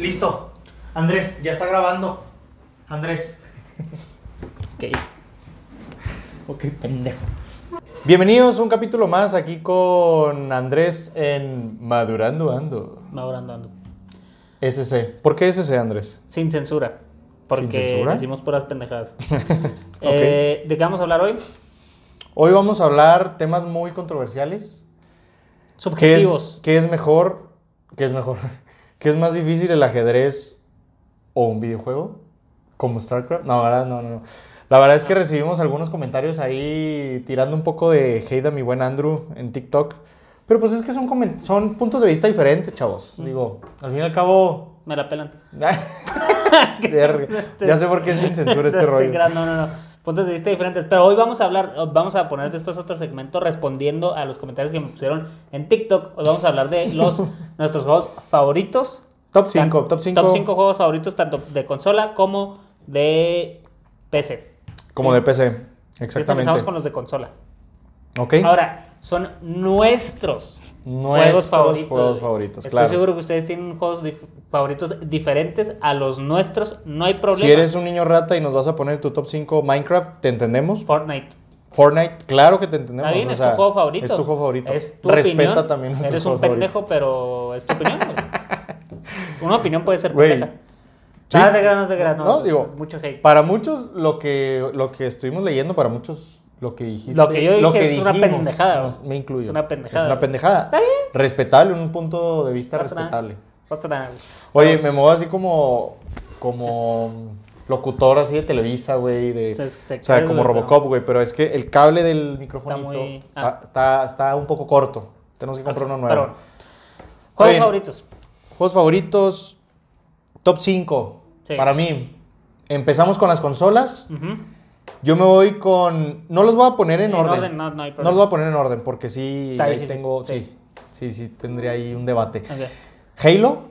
Listo. Andrés, ya está grabando. Andrés. Ok. Ok, pendejo. Bienvenidos un capítulo más aquí con Andrés en Madurando Ando. Madurando ando. SC. ¿Por qué SC, Andrés? Sin censura. Porque censura? decimos puras pendejadas. Eh, ¿De qué vamos a hablar hoy? Hoy vamos a hablar temas muy controversiales. ¿Qué es, Subjetivos. ¿Qué es mejor? ¿Qué es mejor? ¿Qué es más difícil, el ajedrez o un videojuego? ¿Como StarCraft? No, ¿verdad? no, no, no. La verdad es que recibimos algunos comentarios ahí tirando un poco de hate a mi buen Andrew en TikTok. Pero pues es que son, comen- son puntos de vista diferentes, chavos. Mm. Digo, al fin y al cabo... Me la pelan. Verga. ya sé por qué es sin censura este No, rollo. No, no, no. Puntos de vista diferentes. Pero hoy vamos a hablar, vamos a poner después otro segmento respondiendo a los comentarios que me pusieron en TikTok. Hoy vamos a hablar de los nuestros juegos favoritos. Top 5, Tan- top 5. Top 5 juegos favoritos tanto de consola como de PC. Como de PC. Entonces, Exactamente. Empezamos con los de consola. Ok. Ahora, son nuestros, Nuestros juegos favoritos. juegos favoritos, Estoy claro. seguro que ustedes tienen juegos dif- favoritos diferentes a los nuestros. No hay problema. Si eres un niño rata y nos vas a poner tu top 5 Minecraft, te entendemos. Fortnite. Fortnite, claro que te entendemos. Está bien, o es sea, tu juego favorito. Es tu juego favorito. Es tu Respeta opinión. también nuestros Eres un juegos favoritos. pendejo, pero es tu opinión. güey. Una opinión puede ser Güey, pendeja. Ah, sí. No, no te creas, no te creas, no. No, digo, Mucho hate. Para muchos, lo que, lo que estuvimos leyendo, para muchos, lo que dijiste. Lo que yo dije es una dijimos, pendejada, nos- güey. Me incluyo. Es una pendejada. Es una pendejada. Está bien. Respetable, un punto de vista Pasa nada. respetable. What's that? Oye, me muevo así como. como locutor así de Televisa, güey, de, O sea, es- te o sea, crees, como güey, Robocop, güey, pero es que el cable del microfonito muy- está, ah. está- está un poco corto. Tenemos que comprar uno nuevo. Pero, juegos bien. favoritos. Juegos favoritos, top 5 Sí. para mí. Empezamos con las consolas. Ujú. Yo me voy con. No los voy a poner en, En orden. orden, no- no hay los problema. voy a poner en orden porque sí. Está ahí difícil, tengo. Sí. sí. sí, sí, tendría ahí un debate. Ok. Halo,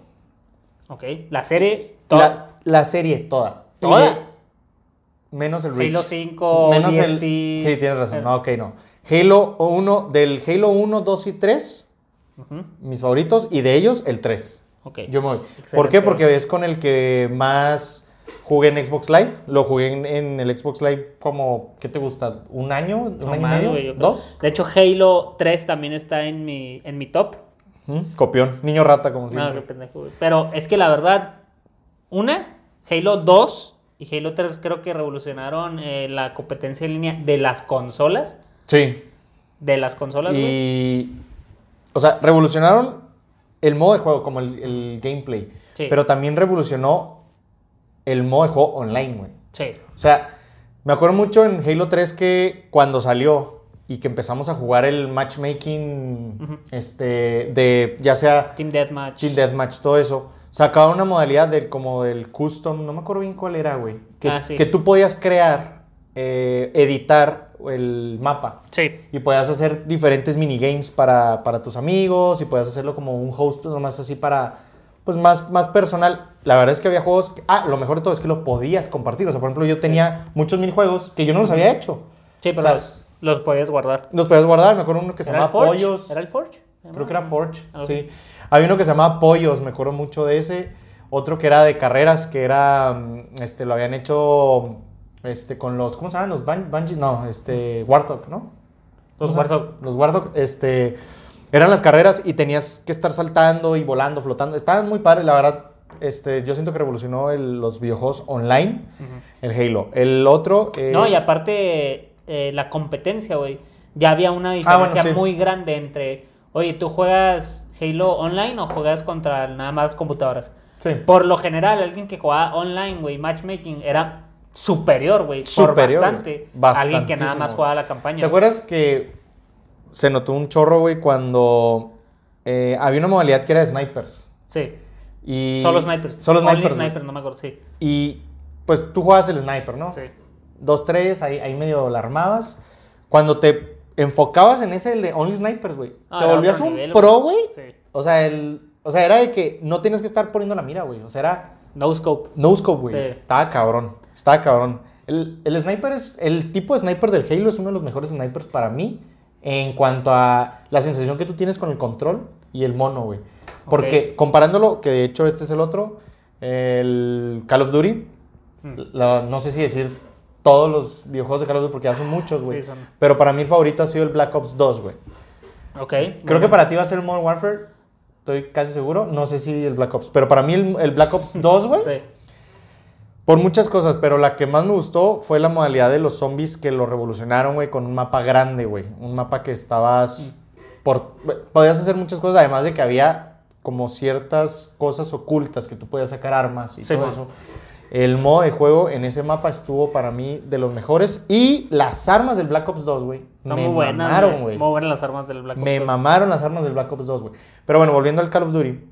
Ok, la serie top. la, la serie toda. ¿Toda? Y- menos el Reach. Halo 5, menos el. DST. Sí, tienes Eh. razón. No, ok, no. Halo 1, del Halo 1, 2 y 3, Ujú, mis favoritos, y de ellos el 3. Ok. Yo me voy. ¿Por Excelente. qué? Porque es con el que más jugué en Xbox Live. Lo jugué en, en el Xbox Live como, ¿qué te gusta? ¿Un año? ¿Un No año más, y medio? güey, yo creo. ¿Dos? De hecho, Halo 3 también está en mi, en mi top. Mm, Copión. Niño rata, como No, qué siempre. pendejo, güey. Pero es que la verdad, una, Halo 2 y Halo 3 creo que revolucionaron eh, la competencia en línea de las consolas. Sí. De las consolas, güey. Y. O sea, revolucionaron el modo de juego, como el, el gameplay. Sí. Pero también revolucionó el modo de juego online, güey. Sí. O sea, me acuerdo mucho en Halo 3 que cuando salió y que empezamos a jugar el matchmaking este de ya sea Team Deathmatch. Team Deathmatch, todo eso, sacaba una modalidad del, como del custom, no me acuerdo bien cuál era, güey, que, Ah, sí. que tú podías crear, eh, editar el mapa. Sí. Y podías hacer diferentes minigames para, para tus amigos y podías hacerlo como un host nomás así para, pues más, más personal. La verdad es que había juegos, que- ah, lo mejor de todo es que lo podías compartir. O sea, por ejemplo, yo tenía muchos minijuegos que yo no los había hecho. Sí, pero O sea, los, los podías guardar. Los podías guardar, me acuerdo uno que se ¿Era el llamaba Forge? Pollos. ¿Era el Forge? Creo que era Forge, Ah, ok. sí. Había uno que se llamaba Pollos, me acuerdo mucho de ese. Otro que era de carreras, que era, mm, este, lo habían hecho, este, con los, ¿cómo se llaman? Los Bun- Bungie, no, este, Warthog, ¿no? Los Los Warzone. guardo, Los guardo, este, eran las carreras y tenías que estar saltando y volando, flotando. Estaban muy padres, la verdad. Este, yo siento que revolucionó el- los videojuegos online, el Halo. El otro... eh, No, y aparte eh, la competencia, güey. Ya había una diferencia Ah, sí. muy grande entre, oye, ¿tú juegas Halo online o juegas contra nada más computadoras? Sí. Por lo general, alguien que jugaba online, güey, matchmaking, era superior, güey, por Superior, bastante. güey. a Alguien que nada más Bastantísimo. jugaba la campaña. ¿Te acuerdas que se notó un chorro, güey, cuando eh, había una modalidad que era de snipers? Sí. Y Solo snipers. Solo Only snipers. güey. snipers, no me acuerdo, sí. Y pues tú jugabas el sniper, ¿no? Sí. dos, tres, ahí, ahí medio la armabas. Cuando te enfocabas en ese el de Only Snipers, güey, Ah, te era volvías otro un nivel, pro, güey. güey. Sí. O sea, el, o sea, era de que no tienes que estar poniendo la mira, güey. O sea, era No scope. no scope, güey. Sí. Estaba cabrón, estaba cabrón. El, el sniper es, el tipo de sniper del Halo es uno de los mejores snipers para mí en cuanto a la sensación que tú tienes con el control y el mono, güey. Porque comparándolo, que de hecho este es el otro, el Call of Duty. Mm. La- no sé si decir todos los videojuegos de Call of Duty porque ya son muchos, güey. Sí, son. Pero para mí el favorito ha sido el Black Ops 2, güey. Ok. Creo que para ti va a ser el Modern Warfare. Estoy casi seguro. No sé si el Black Ops. Pero para mí el, el Black Ops 2, güey. Sí. Por muchas cosas, pero la que más me gustó fue la modalidad de los zombies que lo revolucionaron, güey, con un mapa grande, güey. Un mapa que estabas. Por, podías hacer muchas cosas, además de que había como ciertas cosas ocultas que tú podías sacar armas y Sí, todo mo. eso. El modo de juego en ese mapa estuvo para mí de los mejores. Y las armas del Black Ops 2, güey. Están me muy buenas. mamaron, güey. güey. Muy buenas las armas del Black Ops. Me 2. mamaron las armas del Black Ops 2, güey. Pero bueno, volviendo al Call of Duty,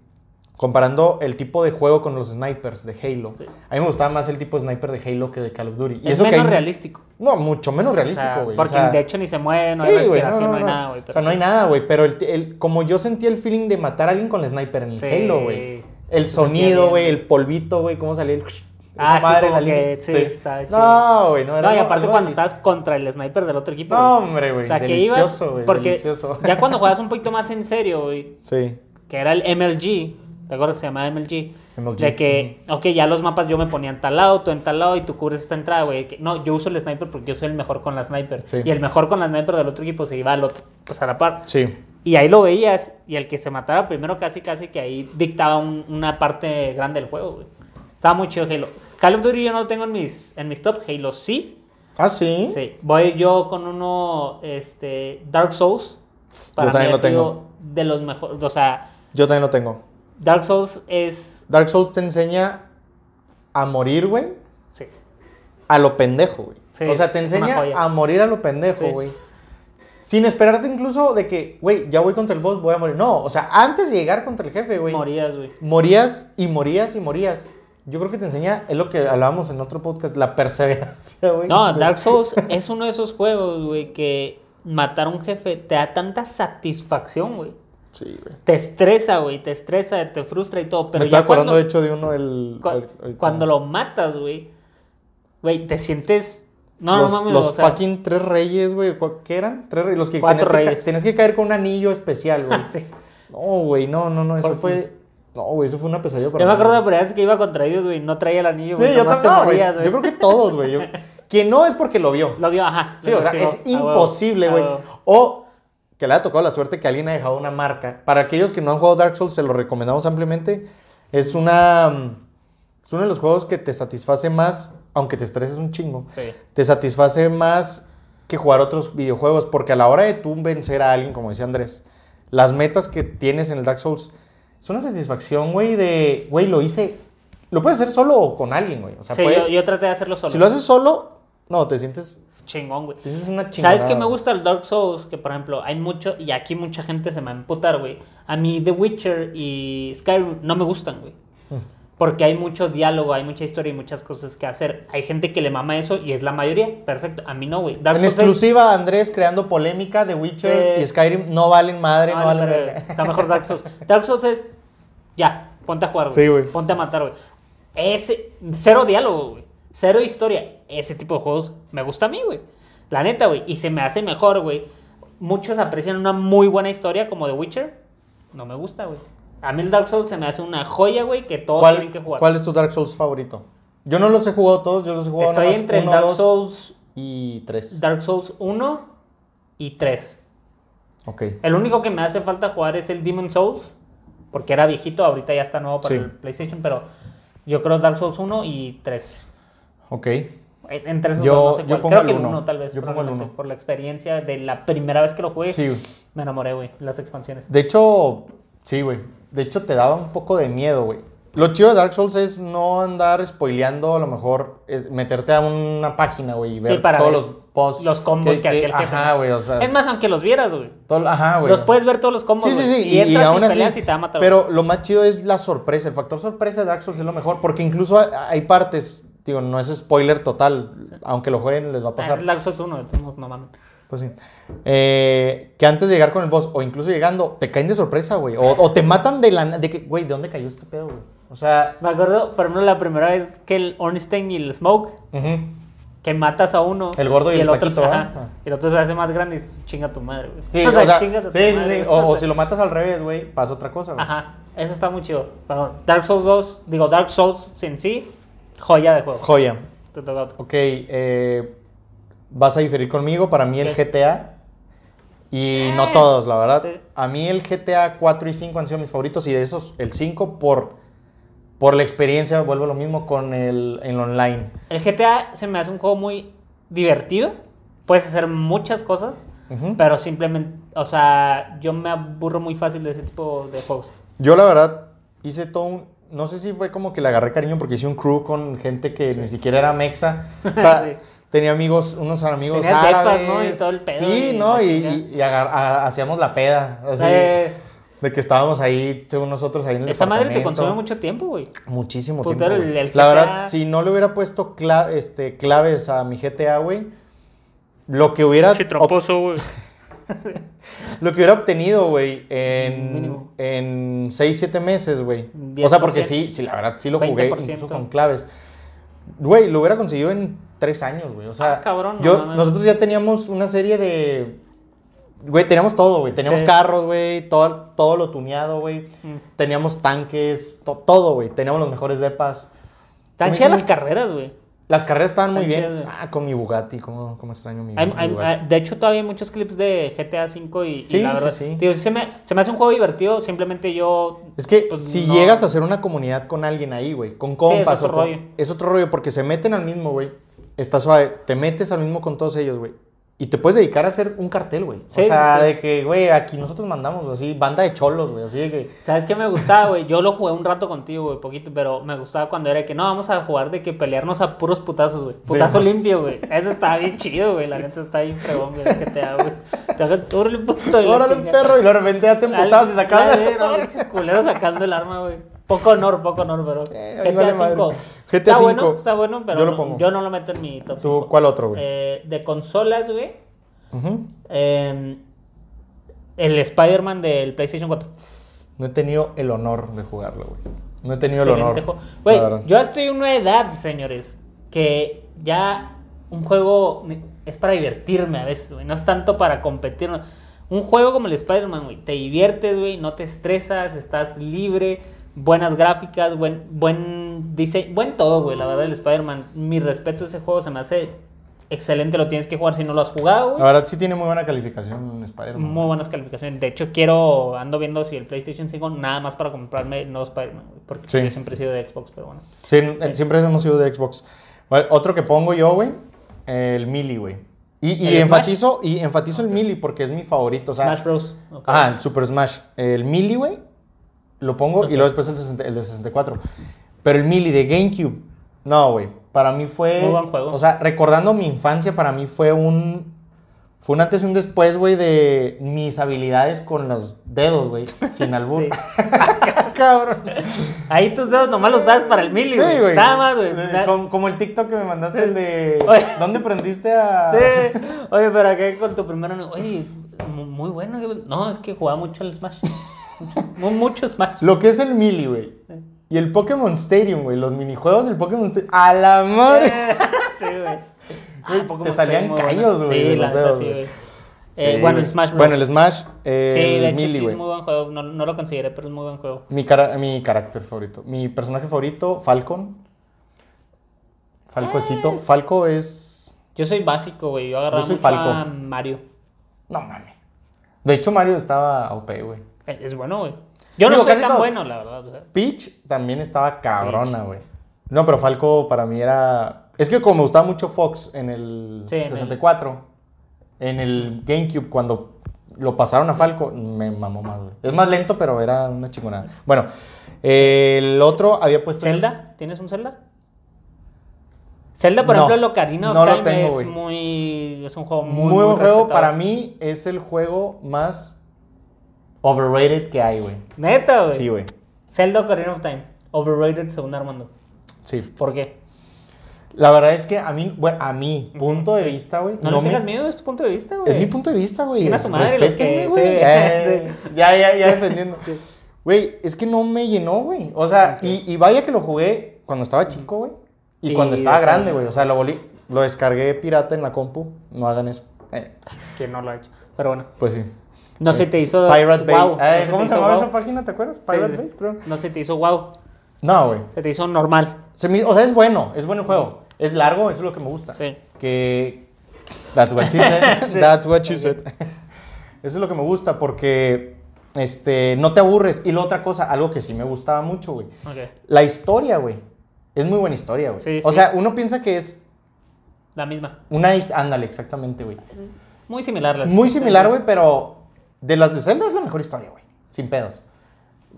comparando el tipo de juego con los snipers de Halo, Sí. a mí me gustaba más el tipo de sniper de Halo que de Call of Duty. Y Es eso que menos hay- realístico. No, mucho menos O sea, realístico, güey. porque O sea, de hecho ni se mueve, no hay sí, güey, respiración, no, hay nada, güey. O sea, no hay nada, güey. Pero el- el- como yo sentí el feeling de matar a alguien con el sniper en el Sí. Halo, güey. El Se sentía sonido, bien. güey, el polvito, güey, cómo salía el. esa Ah, sí, madre, como la que- línea. sí, estaba chido. No, güey, no No, era. y aparte algo cuando delici- estabas contra el sniper del otro equipo. No, güey. hombre, güey. O sea, que ibas. delicioso, güey. porque Delicioso. ya cuando juegas un poquito más en serio, güey, Sí. que era el MLG, ¿te acuerdas que se llamaba MLG? MLG, De que, ok, ya los mapas yo me ponía en tal lado, tú en tal lado y tú cubres esta entrada, güey. Que, No, yo uso el sniper porque yo soy el mejor con la sniper. Sí. Y el mejor con la sniper del otro equipo se iba al otro, pues a la par. Sí. Y ahí lo veías, y el que se matara primero casi casi que ahí dictaba un- una parte grande del juego, güey. Estaba muy chido Halo. Call of Duty yo no lo tengo en mis, en mis top, Halo sí. Ah, sí. Sí. Voy yo con uno, este, Dark Souls. Para Yo también mí ha lo tengo. sido de los mejores, o sea, Yo también lo tengo. Dark Souls es, Dark Souls te enseña a morir, güey, sí. a lo pendejo, güey. Sí, o sea, te es una enseña joya. a morir a lo pendejo, Sí. güey. Sin esperarte incluso de que, güey, ya voy contra el boss, voy a morir. No, o sea, antes de llegar contra el jefe, güey, Morías, güey. morías y morías y morías. Yo creo que te enseña, es lo que hablábamos en otro podcast, la perseverancia, güey. No, Dark Souls es uno de esos juegos, güey, que matar a un jefe te da tanta satisfacción, güey. Sí, güey. Te estresa, güey, te estresa, te frustra y todo. Pero Me estaba ya cuando- acordando, de hecho, de uno del... Cu- ahorita- ahorita. cuando lo matas, güey, güey, te sientes. No, los, no mames, los o sea, fucking tres reyes, güey. ¿cu- ¿Qué eran? Tres reyes. Los que Cuatro tenías que ca- reyes. tenías que caer con un anillo especial, güey. sí. No, güey, no, no, no. Eso Por fue. Dios. No, güey, eso fue una pesadilla para Yo me mí. acuerdo de la primera vez que iba contra ellos, güey, no traía el anillo, güey, Sí, yo nomás también, te güey. morías, Yo creo que todos, güey. Yo- Quien no es porque lo vio. Lo vio, ajá. Sí, lo o sea, investigó. es A huevo, imposible, a güey. huevo. O que le ha tocado la suerte que alguien ha dejado una marca. Para aquellos que no han jugado Dark Souls, se lo recomendamos ampliamente. Es una. mm, Es uno de los juegos que te satisface más, aunque te estreses un chingo. Sí. te satisface más que jugar otros videojuegos, porque a la hora de tú vencer a alguien, como decía Andrés, las metas que tienes en el Dark Souls es una satisfacción, güey, de, güey, lo hice. Lo puedes hacer solo o con alguien, güey. O sea, Sí, puede- yo, yo traté de hacerlo solo. si lo haces solo, no, te sientes, Chingón, güey. te sientes una chingada. ¿Sabes qué me gusta el Dark Souls? Que por ejemplo, hay mucho, y aquí mucha gente se me va a emputar, güey. A mí The Witcher y Skyrim no me gustan, güey. Porque hay mucho diálogo, hay mucha historia y muchas cosas que hacer. Hay gente que le mama eso y es la mayoría. Perfecto. A mí no, güey. Dark En Souls es- exclusiva, Andrés creando polémica de Witcher Sí. y Skyrim no valen madre, no, Ah, no, valen no, no, verga. Está mejor Dark Souls. Dark Souls es. Ya, ponte a jugar, güey. Sí, güey. Ponte a matar, güey. Ese. Cero diálogo, güey. Cero historia. Ese tipo de juegos me gusta a mí, güey. La neta, güey. Y se me hace mejor, güey. Muchos aprecian una muy buena historia como The Witcher. No me gusta, güey. A mí el Dark Souls se me hace una joya, güey, que todos tienen ¿Cuál, que jugar. cuál es tu Dark Souls favorito? Yo no los he jugado todos, yo los he jugado Estoy nada más entre el uno, Dark dos Souls, y tres. Dark Souls 1 y 3. ok. El único que me hace falta jugar es el Demon Souls, porque era viejito, ahorita ya está nuevo para Sí. el PlayStation, pero yo creo Dark Souls 1 y 3. Ok. En- Entre esos Yo- dos, no sé yo cuál. pongo Creo el que el uno. 1 tal vez, Yo pongo el probablemente, uno. por la experiencia de la primera vez que lo jugué. Sí, güey. Me enamoré, güey, las expansiones. De hecho, sí, güey. De hecho, te daba un poco de miedo, güey. Lo chido de Dark Souls es no andar spoileando, a lo mejor es meterte a una página, güey, y Sí, ver para todos ver los posts. Los combos que, hacía el jefe. Ajá, ¿no? güey, o sea. Es más, aunque los vieras, güey. todo- ajá, güey. Los puedes ver todos los combos, Ah. Sí, sí, güey, sí. Y entras y, aún así, peleas y te va a matar. güey. Pero lo más chido es la sorpresa. El factor sorpresa de Dark Souls es lo mejor, porque incluso hay- hay partes, digo, no es spoiler total. Aunque lo jueguen, les va a Ah, pasar. Es Dark Souls 1, de todos modos, no mames. Pues sí. Eh, que antes de llegar con el boss, o incluso llegando, te caen de sorpresa, güey. O, o te matan de la. na- De que, güey, ¿de dónde cayó este pedo, güey? O sea. Me acuerdo, por ejemplo, la primera vez que el Ornstein y el Smoke ujú. que matas a uno. El gordo y el otro, flaquito, ajá, ¿verdad? y el otro se hace más grande y dices, chinga tu madre, güey. Sí, o sea, chingas a tu sí, sí, madre, sí. güey. O, o si lo matas al revés, güey, pasa otra cosa, güey. Ajá. Eso está muy chido. Pero Dark Souls 2, digo, Dark Souls en sí, joya de juego. Joya. Te toca otro. Ok, eh, vas a diferir conmigo. Para mí el ¿Qué? GTA. Y Eh, no todos, la verdad. sí. A mí el GTA 4 y 5 han sido mis favoritos. Y de esos, el 5 por, por la experiencia, vuelvo a lo mismo con el, el online. El GTA se me hace un juego muy divertido. Puedes hacer muchas cosas, Ujú. pero simplemente, o sea, yo me aburro muy fácil de ese tipo de juegos. Yo la verdad hice todo un... No sé si fue como que le agarré cariño porque hice un crew con gente que ni siquiera era mexa. O sea, Sí. tenía amigos, unos amigos Tenías depas, árabes. ¿no? Y todo el pedo Sí, y ¿no? la Y, chingada. y- y agar- a- hacíamos la peda. así, Eh, de que estábamos ahí, según nosotros, ahí en Pues el esa madre te departamento. consume mucho tiempo, güey. Muchísimo Puta, tiempo. el- güey. el La GTA. verdad, si no le hubiera puesto cla- este, claves a mi GTA, güey, lo que hubiera Pinche ob- tramposo, güey. lo que hubiera obtenido, güey, en, Mm, Mínimo. en 6, 7 meses, güey. O 10%. sea, porque sí, sí, la verdad, sí lo jugué incluso 20%. con claves. Güey, lo hubiera conseguido en 3 años, güey. O sea, Ah, cabrón, no yo, mames. nosotros ya teníamos una serie de... Güey, teníamos todo, güey. Teníamos Sí. carros, güey, todo, todo lo tuneado, güey. Teníamos tanques, to- todo, güey. Teníamos los mejores depas. Se Están me chidas las hizo- carreras, güey. Las carreras estaban muy Están bien. chidas, güey. Ah, con mi Bugatti, cómo, cómo extraño mi, Hay- mi hay- Bugatti. hay- de hecho, todavía hay muchos clips de GTA V y, y Sí, la sí, verdad. sí. digo, se, me, se me hace un juego divertido, simplemente yo. Es que pues, si no. llegas a hacer una comunidad con alguien ahí, güey, con compas, es otro o con- rollo. es otro rollo porque se meten al mismo, güey. Está suave, te metes al mismo con todos ellos, güey. Y te puedes dedicar a hacer un cartel, güey. Sí, o sea, sí, sí. de que, güey, aquí nosotros mandamos, güey, así, banda de cholos, güey, así de que. ¿Sabes qué me gustaba, güey? Yo lo jugué un rato contigo, güey, poquito, pero me gustaba cuando era que no, vamos a jugar de que pelearnos a puros putazos, güey. Putazo Sí. limpio, güey. Eso estaba bien chido, güey. La neta está bien fregón, güey. el GTA, güey. Te hagas todo el puto. y la Órale, chingada. perro, y de repente ya te Al- emputabas y sacabas. Sí, no, pinches culeros sacando el arma, güey. Poco honor, poco honor, pero. Eh, ahí vale madre. cinco. GTA está bueno, cinco. está bueno, Yo pero yo, lo no, pongo. yo no lo meto en mi top ¿Tú cinco. cuál otro, güey? Eh, de consolas, güey. Ujú. eh, el Spider-Man del PlayStation 4. No he tenido el honor de jugarlo, güey. No he tenido Excelente el honor. juego. Güey, la verdad. yo estoy en una edad, señores, que ya un juego me- es para divertirme a veces, güey. No es tanto para competir. no. Un juego como el Spider-Man, güey, te diviertes, güey, no te estresas, estás libre, buenas gráficas, buen, buen diseño, buen todo, güey. La verdad, el Spider-Man, mi respeto a ese juego, se me hace excelente, lo tienes que jugar si no lo has jugado, güey. La verdad sí tiene muy buena calificación Spider-Man. Muy buenas calificaciones. De hecho, quiero, ando viendo si el PlayStation 5 nada más para comprarme el nuevo Spider-Man, güey, porque Sí. yo siempre he sido de Xbox, pero bueno. Sí, en- en- siempre hemos sido de Xbox. Bueno, otro que pongo yo, güey, el Melee, güey. Y, y ¿El enfatizo, y enfatizo el Melee porque es mi favorito. O sea, Smash Bros. ok. Ajá, el Super Smash. El Melee, güey, lo pongo y luego después el, 60 el de 64. Pero el Melee de GameCube, no, güey. Para mí fue. Muy buen juego. O sea, recordando mi infancia, para mí fue un. Fue un antes y un después, güey, de mis habilidades con los dedos, güey. Sin albur. Sí. Cabrón. Ahí tus dedos nomás los das para el mili, güey. Sí, güey. Nada más, güey. Sí, Na- Como, como el TikTok que me mandaste, el de. Oye. ¿Dónde aprendiste a.? Sí. Oye, pero acá con tu primer amigo. Oye, mu- muy bueno. güey. No, es que jugaba mucho al Smash. Mucho, mu- mucho Smash. Lo que es el Mili, güey. Y el Pokémon Stadium, güey. Los minijuegos del Pokémon Stadium. ¡A la madre! Eh, sí, güey. Ah, Pokémon te está salían muy bueno. callos, güey, de Sí, la los neta, dedos, sí, güey. güey. Sí, Eh, bueno, güey. el Smash Bros. Bueno, el Smash. eh, sí, de hecho, Melee, sí güey. es muy buen juego. No, no lo consideré, pero es muy buen juego. mi, cara- mi carácter favorito. Mi personaje favorito, Falcon. Ah. Falcocito. Falco es. Yo soy básico, güey. Yo agarraba Yo soy mucho a Falco. Mario. No mames. De hecho, Mario estaba OP, güey. Es, es bueno, güey. Yo no Digo, soy casi tan todo. bueno, la verdad. o sea. Peach también estaba cabrona, güey. No, pero Falco para mí era. Es que como me gustaba mucho Fox en el Sí, en el- 64, en el GameCube, cuando lo pasaron a Falco, me mamó más, güey. Es más lento, pero era una chingonada. Bueno, el otro había puesto. ¿Zelda? ¿Tienes un Zelda? Zelda, por No, ejemplo, lo Ocarina of no lo Time tengo, es güey. muy. Es un juego muy. Muy, buen juego. respetado. Para mí es el juego más overrated que hay, güey. Neta, güey. Sí, güey. Zelda Ocarina of Time. Overrated según Armando. Sí. ¿Por qué? La verdad es que a mí, bueno, a mi punto de vista, güey. No, le me- tengas miedo, es tu punto de vista, güey. Es mi punto de vista, güey. Chinguen a su madre los que- Respétenme, sí, güey. Eh, sí. Ya, ya, ya defendiendo. Güey, es que no me llenó, güey. O sea, y, y vaya que lo jugué cuando estaba chico, güey. Y, Y cuando estaba ya grande, saben. güey. O sea, lo, volí- lo descargué pirata en la compu. No hagan eso. Eh, Que no lo ha hecho. Pero bueno. pues sí. No se te hizo. Pirate Bay. wow, Eh, no se ¿Cómo se te hizo llamaba wow. esa página? ¿Te acuerdas? Sí, Pirate sí. Bay, creo. No se te hizo wow. No, güey. Se te hizo normal. Se me- O sea, es bueno, es bueno el juego. Es largo, eso es lo que me gusta. Sí. Que. That's what she said. Sí. That's what she said. Eso es lo que me gusta porque este, no te aburres. Y la otra cosa, algo que sí me gustaba mucho, güey. Ok. La historia, güey. Es muy buena historia, güey. Sí, o sí. sea, uno piensa que es La misma. una... his- Ándale, exactamente, güey. Muy similar. las- Muy similar, güey, pero de las de Zelda es la mejor historia, güey. Sin pedos.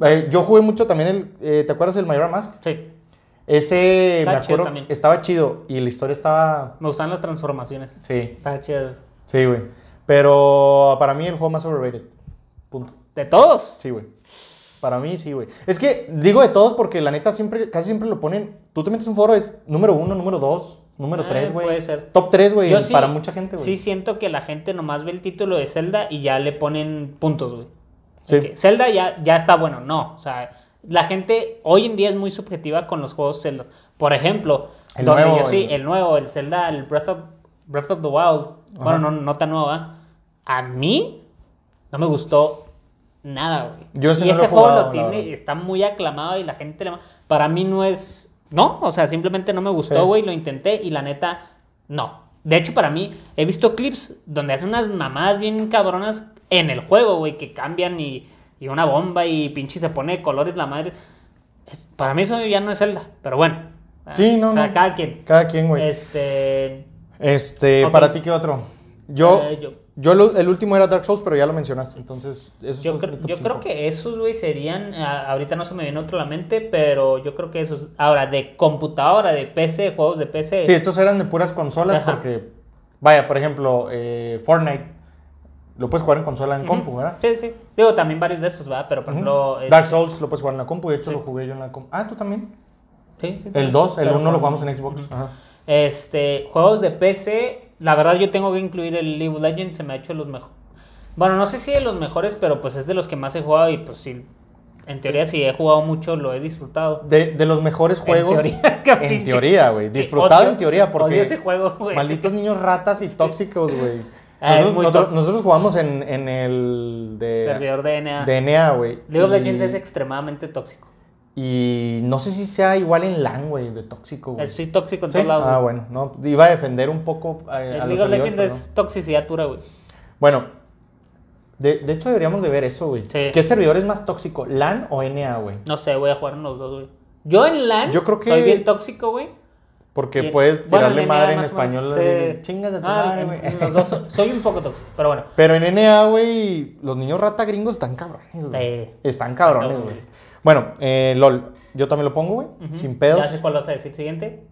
Eh, yo jugué mucho también el... eh, ¿Te acuerdas del Mayor Mask? Sí. Ese, Estaba me chido acuerdo, también. estaba chido y la historia estaba... Me gustan las transformaciones. Sí, Está chido. sí, güey. Pero para mí el juego más overrated. Punto. De todos. Sí, güey. Para mí sí, güey. Es que digo de todos porque la neta siempre, casi siempre lo ponen. Tú te metes en un foro, es número uno, número dos, número Ah, tres, güey. puede ser. Top tres, güey. Yo sí- Para mucha gente, güey. Sí, siento que la gente nomás ve el título de Zelda y ya le ponen puntos, güey. Sí. De que Zelda ya, ya está bueno. No. O sea, la gente hoy en día es muy subjetiva con los juegos Zelda. Por ejemplo, El donde nuevo, yo sí, el- el nuevo, el Zelda, el Breath of, Breath of the Wild. Bueno, no, no tan nueva. A mí no me gustó nada, güey. Yo ese y no lo ese he juego jugado, lo la tiene, verdad. está muy aclamado y la gente le... ma- Para mí no es... No, o sea, simplemente no me Sí. gustó, güey, lo intenté y la neta, no. De hecho, para mí, he visto clips donde hacen unas mamadas bien cabronas en el juego, güey, que cambian y, y una bomba y pinche se pone de colores la madre. Es- para mí eso ya no es Zelda, pero bueno. Sí, no, O sea, no. cada quien. Cada quien, güey. Este... Este, Ok. para ti, ¿qué otro? Yo, Eh, yo, yo- lo- el último era Dark Souls, pero ya lo mencionaste, entonces eso Yo, cre- yo creo que esos, güey, serían. a- ahorita no se me viene otro a la mente, pero yo creo que esos. Ahora, de computadora, de PC, juegos de PC. Sí, estos eran de puras consolas Ajá. porque, vaya, por ejemplo, eh, Fortnite, lo puedes jugar en consola en Ujú. compu, ¿verdad? Sí, sí. Digo, también varios de estos, ¿verdad? Pero por Ujú. ejemplo. Dark este- Souls lo puedes jugar en la compu, de hecho Sí. lo jugué yo en la compu. Ah, tú también. Sí, sí. El 2, el Pero 1 lo con- jugamos en Xbox. Ajá. Este, juegos de PC, la verdad yo tengo que incluir el League of Legends, se me ha hecho los mejores. Bueno, no sé si de los mejores, pero pues es de los que más he jugado y pues sí, en teoría si he jugado mucho lo he disfrutado. De, de los mejores juegos. teoría, qué en pinche- teoría, güey. Sí, Disfrutado odio- en teoría porque. odio ese juego, güey. Malditos niños ratas y tóxicos, güey. Ah, es Nosotros, muy nosotros- tóxico. nosotros jugamos en, en el de, Servidor de NA. de NEA, güey. League of y- Legends es extremadamente tóxico. Y no sé si sea igual en LAN, güey, de tóxico, güey. Es sí, tóxico en ¿Sí? todos lados. Ah, güey. bueno, no, iba a defender un poco eh, a, El los League of servidores, Legends pero es toxicidad pura, güey. no. Bueno, de, de hecho deberíamos de ver eso, güey. Sí. ¿Qué servidor es más tóxico, LAN o NA, güey? No sé, voy a jugar en los dos, güey. Yo en LAN Yo creo que- soy bien tóxico, güey. Porque Y- puedes bueno, tirarle en NA madre en más o menos, español. sí. eh, Chingas de tu Ah, madre, en- güey. en Los dos so- soy un poco tóxico, pero bueno. Pero en NA, güey, los niños rata gringos están cabrones, güey. Sí. Están cabrones, No, güey. güey. Bueno, eh, LOL, yo también lo pongo, güey. Ujú. Sin pedos. Ya sé cuál vas a decir. Siguiente.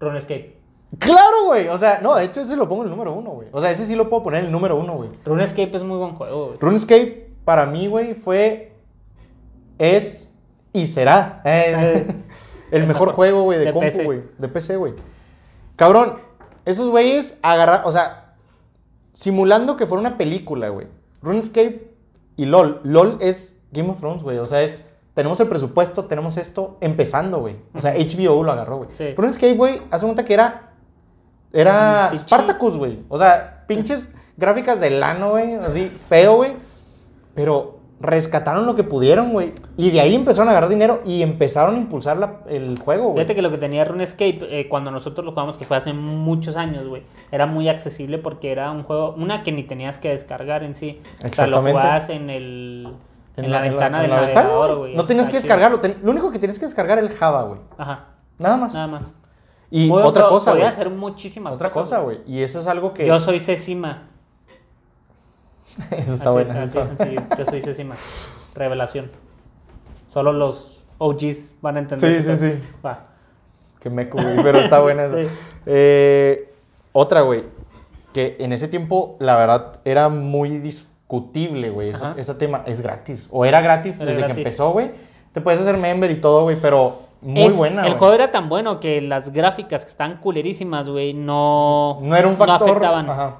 RuneScape. Claro, güey. O sea, no, de hecho, ese lo pongo en el número uno, güey. O sea, ese sí lo puedo poner en el número uno, güey. RuneScape es muy buen juego, güey. RuneScape, para mí, güey, fue. Es y será. eh, Eh, el el mejor mejor. juego, güey, de, De compu, PC. güey. De PC, güey. Cabrón, esos güeyes agarrar, o sea, simulando que fuera una película, güey. RuneScape y LOL. LOL es Game of Thrones, güey. O sea, es. Tenemos el presupuesto, tenemos esto empezando, güey. O sea, HBO lo agarró, güey. Sí. RuneScape, güey, hace cuenta que era. Era Mm, pinche- Spartacus, güey. O sea, pinches gráficas de lano, güey. Así, feo, güey. Pero rescataron lo que pudieron, güey. Y de ahí empezaron a agarrar dinero y empezaron a impulsar la- el juego, güey. Fíjate que lo que tenía RuneScape eh, cuando nosotros lo jugamos, que fue hace muchos años, güey, era muy accesible porque era un juego, una que ni tenías que descargar en sí. O sea, lo Exactamente. jugabas en el en, la, ventana en del la ventana, navegador, güey. No tenías Está que chido. descargarlo. ten- lo único que tienes que descargar es el Java, güey. Ajá, Nada más. nada más. Y Muy- otra pero cosa, Podía güey. hacer muchísimas Otra cosa, güey. Y eso es algo que. Yo soy Cecima. eso está Así- bueno. así eso de está- sencillo. Yo soy Cecima. Revelación. Solo los OGs van a Sí, entender. sí, sí. Va. Que me güey. Pero está buena esa. Sí. Eh, otra, güey. Que en ese tiempo, la verdad, era muy discutible, güey. esa- Ajá. Ese tema es gratis. O era gratis Era desde que gratis. empezó, güey. Te puedes hacer member y todo, güey. Pero muy Es- buena, El güey. juego era tan bueno que las gráficas que están culerísimas, güey, no. No era un factor. No afectaban. Ajá. No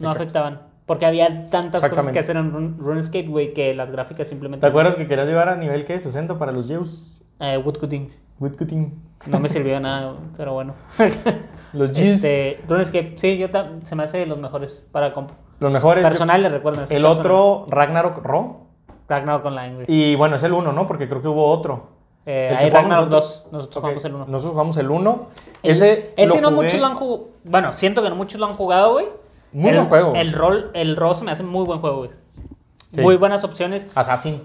Exacto. afectaban. Porque había tantas cosas Exactamente. que hacer en Run- RuneScape, güey, que las gráficas simplemente. ¿Te acuerdas que querías llevar a nivel, qué? 60 para los Zeus. Eh, Woodcutting. Woodcutting. No me sirvió de nada, pero bueno. Los G's, Este, RuneScape, sí, yo tam- se me hace de los mejores para compu. los mejores. Personal, le recuerdan. sí, el personal. otro, Ragnarok Ro. Ragnarok Online, güey. Y bueno, es el uno, ¿no? Porque creo que hubo otro. Eh, ¿el que ahí jugamos Ragnarok nosotros? 2, nosotros Ok, jugamos el 1. Nosotros jugamos el 1. Ese, ese lo no jugué- muchos lo han jugado. Bueno, siento que no muchos lo han jugado, güey. Muy el, buen juego. El rol, el rol se me hace muy buen juego, güey. Sí. Muy buenas opciones. Assassin.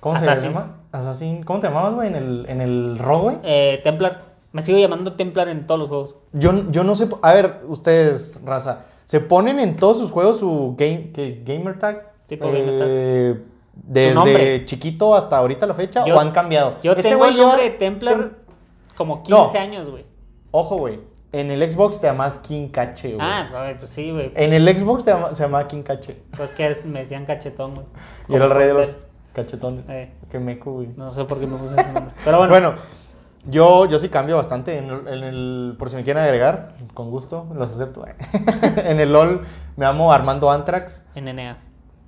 ¿Cómo se Assassin. llama? Assassin. ¿Cómo te llamabas, güey? En el, en el Ro, güey. Eh, Templar. Me sigo llamando Templar en todos los juegos. Yo, yo no sé. A ver, ustedes, raza. ¿Se ponen en todos sus juegos su game, que, gamer tag? Eh, Tipo gamer tag. Desde nombre. chiquito hasta ahorita la fecha, Yo- o han cambiado. Este Yo tengo güey el nombre lleva- de Templar tem- como 15 No. años, güey. Ojo, güey. En el Xbox te llamas King Cache, güey. Eh. Ah, no, güey, pues sí, güey. En el Xbox te llama- se llamaba King Cache. Pues que me decían cachetón, güey. Y era el rey de Como- los cachetones. Eh. Qué meco, güey. No sé por qué me puse ese nombre. Pero Ah, bueno. Bueno, yo, yo sí cambio bastante. En, el- en el, por si me quieren agregar, con gusto, los acepto. en el LOL me amo Armando Antrax, En NNA.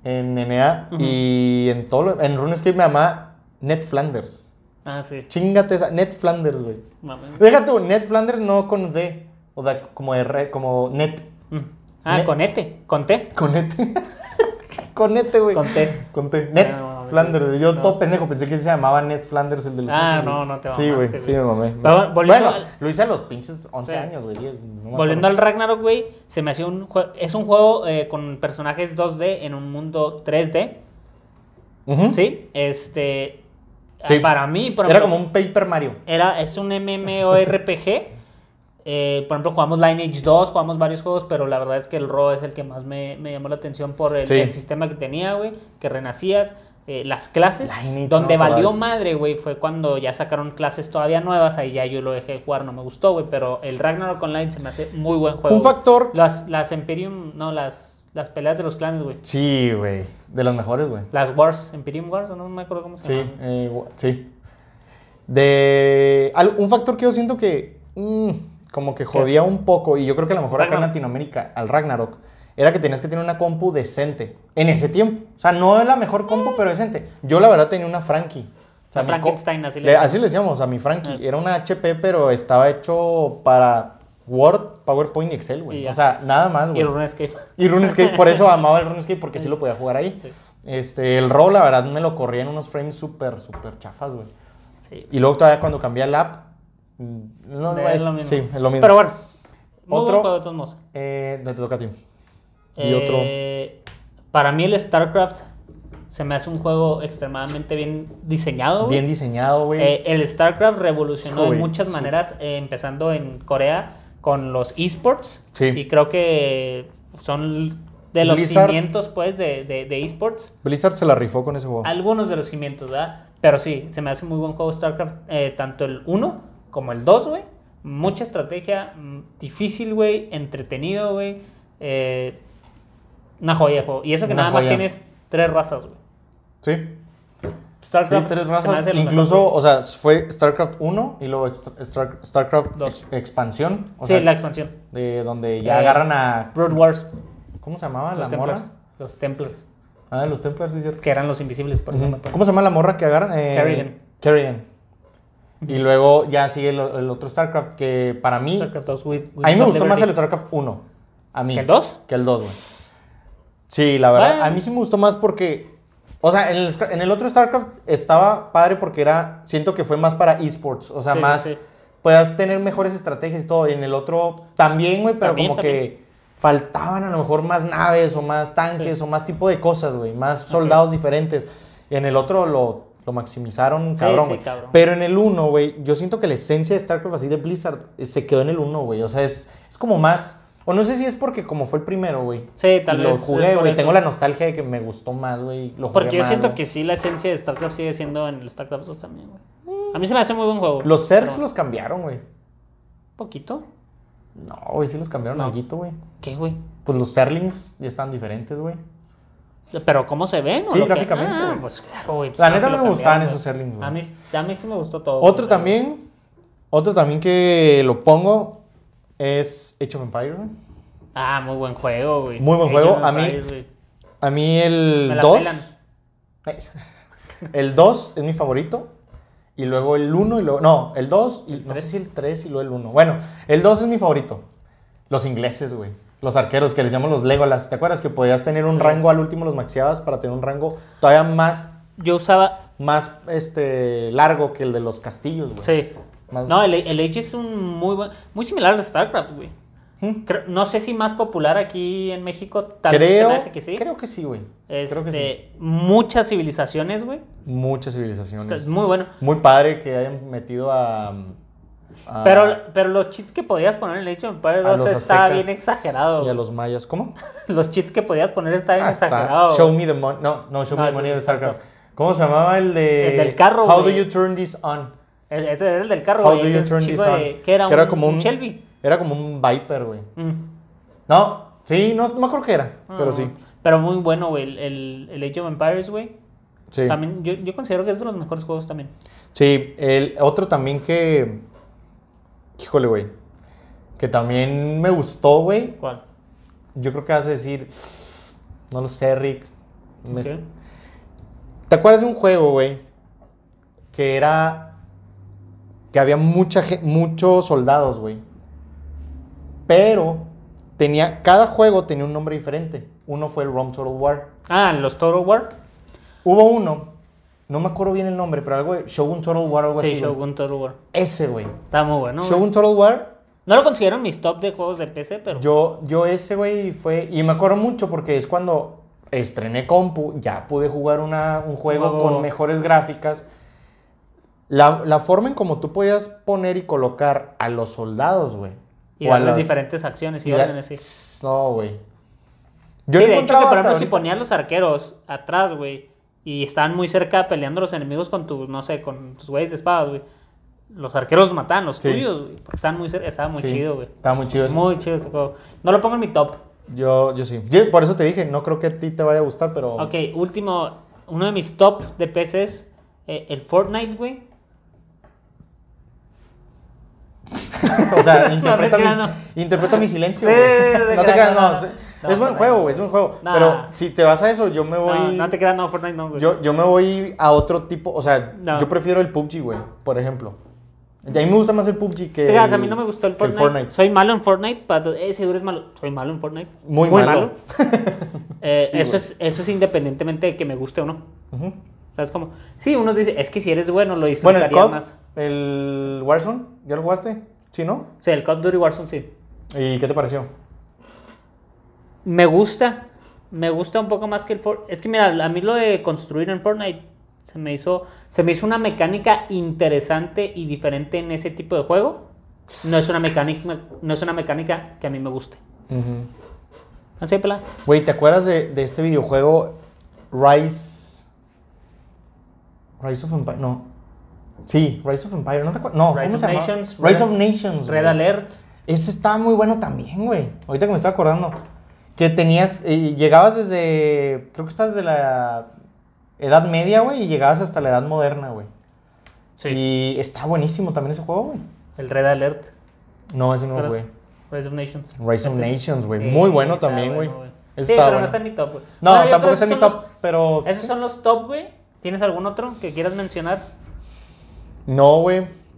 en NA y en todo lo- En RuneScape me ama Ned Flanders. Ah, sí. Chingate esa. Ned Flanders, güey. Mames. Deja tú, Ned Flanders no con D. O sea, como R, como Net. Mm. Ah, Ne- con Ete. Con T. Con Net. con Nete, güey. Con T. Con T. Ned No, mames. Flanders. güey. Yo No. todo pendejo pensé que se llamaba Ned Flanders el de los Ah, osos, güey. no, no te Sí, güey. mamaste, Sí, me mamé. Pero bueno, volviendo bueno, al- lo hice a los pinches 11 Sí. años, güey. 10, no me acuerdo. Volviendo al Ragnarok, güey, se me hacía un juego. Es un juego eh, con personajes 2D en un mundo 3D. Ujú. ¿Sí? Este. ¿Mm? Sí. Para mí, por Era ejemplo, como un Paper Mario. era- es un MMORPG. Eh, por ejemplo, jugamos Lineage 2, jugamos varios juegos, pero la verdad es que el RO es el que más me, me llamó la atención por el, Sí. el sistema que tenía, güey, que renacías, eh, las clases. Lineage, donde no me acordaba valió de eso. madre, güey, fue cuando ya sacaron clases todavía nuevas, ahí ya yo lo dejé de jugar, no me gustó, güey, pero el Ragnarok Online se me hace muy buen juego. Un güey. factor. Las, las Imperium, no, las, las peleas de los clanes, güey. Sí, güey. De los mejores, güey. Las Wars, Imperium Wars, no me acuerdo cómo se Sí, llama. eh, gua- sí. De. al- un factor que yo siento que. mm, como que jodía un poco, y yo creo que a lo mejor acá en Ragnarok. Latinoamérica, al Ragnarok, era que tenías que tener una compu decente. En ese tiempo. O sea, no es la mejor compu, pero decente. Yo, la verdad, tenía una Frankie. O sea, La mi co- Frankenstein, así le le, decíamos. Ah. así le decíamos a mi Frankie. Era una HP, pero estaba hecho para Word, PowerPoint y Excel, Y güey. ya. O sea, nada más, Y güey. el RuneScape. Y RuneScape, por eso amaba el RuneScape, porque sí lo podía jugar ahí. Sí. Este, el roll, la verdad, me lo corría en unos frames súper, súper chafas, güey. Sí. Y luego todavía cuando cambié el app, mm, no, De- güey, Eh, es lo mismo. Sí, es lo mismo. Pero bueno, muy Otro- buen juego de todos modos. Eh, no te toca a ti. Y Eh, Para mí el StarCraft se me hace un juego extremadamente bien diseñado. otro. güey. Bien diseñado, güey. Eh, el StarCraft revolucionó Hijo, güey, en muchas sus- maneras, eh, empezando en Corea con los esports. Sí. Y creo que son de los Blizzard. cimientos, pues, de, de, de esports. Blizzard se la rifó con ese juego. Algunos de los cimientos, ¿verdad? Pero sí, se me hace muy buen juego StarCraft, eh, tanto el 1 como el 2, güey. Mucha estrategia, mm, difícil, güey, entretenido, güey. Eh, una joya de juego. Y eso que Una nada más joya. tienes tres razas, güey. Sí. Sí, StarCraft tres se me razas. hace lo mejor, Incluso, güey. o sea, fue StarCraft 1 y luego extra- Star- StarCraft Dos. ex- expansión. O sí, sea, la expansión. de donde ya Eh, agarran a. Brood Wars, ¿Cómo se llamaba los Ah, la morra? Templars. Los Templars, Ah, los Templars, sí, cierto. que eran los invisibles, por eso me acuerdo. pues. ¿Cómo se llama la morra que agarran? Eh, Kerrigan. Kerrigan. Y luego ya sigue el, el otro StarCraft que para mí... StarCraft 2, with- with a mí me Tom gustó más el Liberty. StarCraft 1. A mí. ¿Que el 2? Que el 2, güey. Sí, la verdad. Bueno. A mí sí me gustó más porque... O sea, en el, Scra- en el otro StarCraft estaba padre porque era... Siento que fue más para esports. O sea, Sí, sí, más... sí. Puedas tener mejores estrategias y todo. Y en el otro también, güey, pero También, como también. que... Faltaban a lo mejor más naves o más tanques Sí. o más tipo de cosas, güey. Más soldados diferentes. En el otro lo, lo maximizaron, Sí, cabrón, sí, güey. cabrón. Pero en el 1, güey, yo siento que la esencia de StarCraft así de Blizzard eh, se quedó en el 1, güey. O sea, es, es como más. O no sé si es porque como fue el primero, güey. Sí, tal y vez, Lo es jugué, por güey. eso. Tengo la nostalgia de que me gustó más, güey. Lo jugué Porque yo más, siento güey. que sí, la esencia de StarCraft sigue siendo en el StarCraft 2 también, güey. A mí se me hace muy buen juego. Los Zergs pero- los cambiaron, güey. Poquito. No, güey, sí los cambiaron No. alguito, güey. ¿Qué, güey? Pues los Zerlings ya están diferentes, güey. ¿Pero cómo se ven? o Sí, lo que- gráficamente, Ah, güey. pues claro, güey. pues La claro neta que me lo gustaban cambiaron, esos güey. Zerlings, güey. A mí, a mí sí me gustó todo. Otro güey. también. Otro también que lo pongo es Age of Empires, güey. Ah, muy buen juego, güey. Muy buen Age of juego, a mí- Empires, güey. A mí Me el la 2. pelan. El 2 es mi favorito. y luego el 1 y luego... No, el 2 y no sé tres. si el 3 y luego el 1. Bueno, el 2 es mi favorito. Los ingleses, güey. Los arqueros que les llaman los Legolas. ¿Te acuerdas que podías tener un rango al último los maxiabas para tener un rango todavía más, Yo usaba. más este, largo que el de los castillos, güey? Sí. Más- No, el, el Age es un muy buen. Muy similar al StarCraft, güey. ¿Mm? Creo- No sé si más popular aquí en México. Tal vez se Creo, me hace que sí. creo que sí, güey. Creo que sí. Este, Muchas civilizaciones, güey. Muchas O civilizaciones. sea, es muy bueno. Muy padre que hayan metido a. a- Pero, pero los cheats que podías poner pues, en el Age of Empires 2 estaba Ah. aztecas bien exagerado. Y a güey. los mayas. ¿Cómo? Los cheats que podías poner estaban bien Ah, está. exagerados. Show güey. me the money. No, no, show No, me the ese money es de StarCraft. ¿Cómo se llamaba el de. El del carro, How güey. do you turn this on? El- E-, Ese era el del carro, How güey, do que you es un turn this chingo on? de- ¿qué era? Que era un, como un un. Shelby. Era como un Viper, güey. Mm. No, sí, no, no me acuerdo qué era, pero Ah, sí. Pero muy bueno, güey. El, el, el Age of Empires, güey. Sí. También, yo, yo considero que es de los mejores juegos también. Sí, el otro también que. Híjole, güey. Que también me gustó, güey. ¿Cuál? Yo creo que vas a decir. No lo sé, Rick. Me- Ok. ¿Te acuerdas de un juego, güey? Que era. Que había mucha, ge- muchos soldados, güey. Pero tenía. Cada juego tenía un nombre diferente. Uno fue el Rome Total War. Ah, los Total War. Hubo uno. No me acuerdo bien el nombre, pero algo de Shogun Total War o algo Sí, así. güey. Shogun Total War. Ese, güey. Estaba muy bueno. güey. Shogun Total War No lo considero mis top de juegos de PC, pero. pues, Yo, yo ese, güey, fue... Y me acuerdo mucho porque es cuando estrené compu, ya pude jugar una- un juego Juego. con mejores gráficas. La, la forma en como tú podías poner y colocar a los soldados, güey. y o a darles las- diferentes acciones y, y da- órdenes, sí. No, güey. Sí, no de hecho, que, por hasta ejemplo, si ahorita- ponías los arqueros atrás, güey, y estaban muy cerca peleando los enemigos con tus, no sé, con tus güeyes de espadas, güey. Los arqueros los matan, los Sí. tuyos, güey. Porque estaban muy cerca, estaba muy Sí, chido, güey. Estaba muy chido ese. Muy chido ese juego. No lo pongo en mi top. Yo, yo sí. Yo- por eso te dije, no creo que a ti te vaya a gustar, pero... Ok, último, uno de mis top de PCs, eh, el Fortnite, güey. O sea, interpreta, creas, mi, no. interpreta mi silencio. Sí, güey. no te no te creas, creas, no, no. no. sí. No, es buen no, juego, no. güey, es buen juego. No. Pero si te vas a eso, yo me voy. No, no te creas, no, Fortnite no, güey. yo, yo me voy a otro tipo. O sea, No. yo prefiero el PUBG, güey, por ejemplo. Y a mí me gusta más el PUBG que. Te creas, a el- mí no me gustó el que Fortnite. Soy malo en Fortnite. Para to- eh, seguro es malo. Soy malo en Fortnite. Muy malo. Eh, Sí, eso, güey. es, eso es independientemente de que me guste o no. Ujú. ¿Sabes cómo? Sí, unos dicen, es que si eres bueno lo Bueno, el disfrutarías COD, más. el Warzone, ¿ya lo jugaste? ¿Sí, no? O sea, el Call of Duty Warzone sí. ¿Y qué te pareció? Me gusta. Me gusta un poco más que el Fortnite. Es que mira, a mí lo de construir en Fortnite se me hizo. Se me hizo una mecánica interesante y diferente en ese tipo de juego. No es una mecánica, no es una mecánica que a mí me guste. Así de pelada. Güey, ¿te acuerdas de, de este videojuego Rise. Rise of Empire? No. Sí, Rise of Empire. ¿No te acuerdas? No, Rise ¿cómo of se llama? Nations, Rise Red- of Nations. Red güey. Alert. Ese estaba muy bueno también, güey. Ahorita que me estoy acordando. Que tenías. eh, llegabas desde. Creo que estás desde la Edad Media, güey. Y llegabas hasta la Edad Moderna, güey. Y está buenísimo también ese juego, güey. El Red Alert. No, ese no, ¿Recuerdas? güey. Rise of Nations. Rise of Este- Nations, güey. Sí, Muy bueno está también, güey. bueno, Ese Sí, pero estaba no bueno. está en mi top, güey. No, Bueno, yo creo tampoco está en esos mi son top, los- pero. esos son los top, güey. ¿Tienes algún otro que quieras mencionar? No, güey.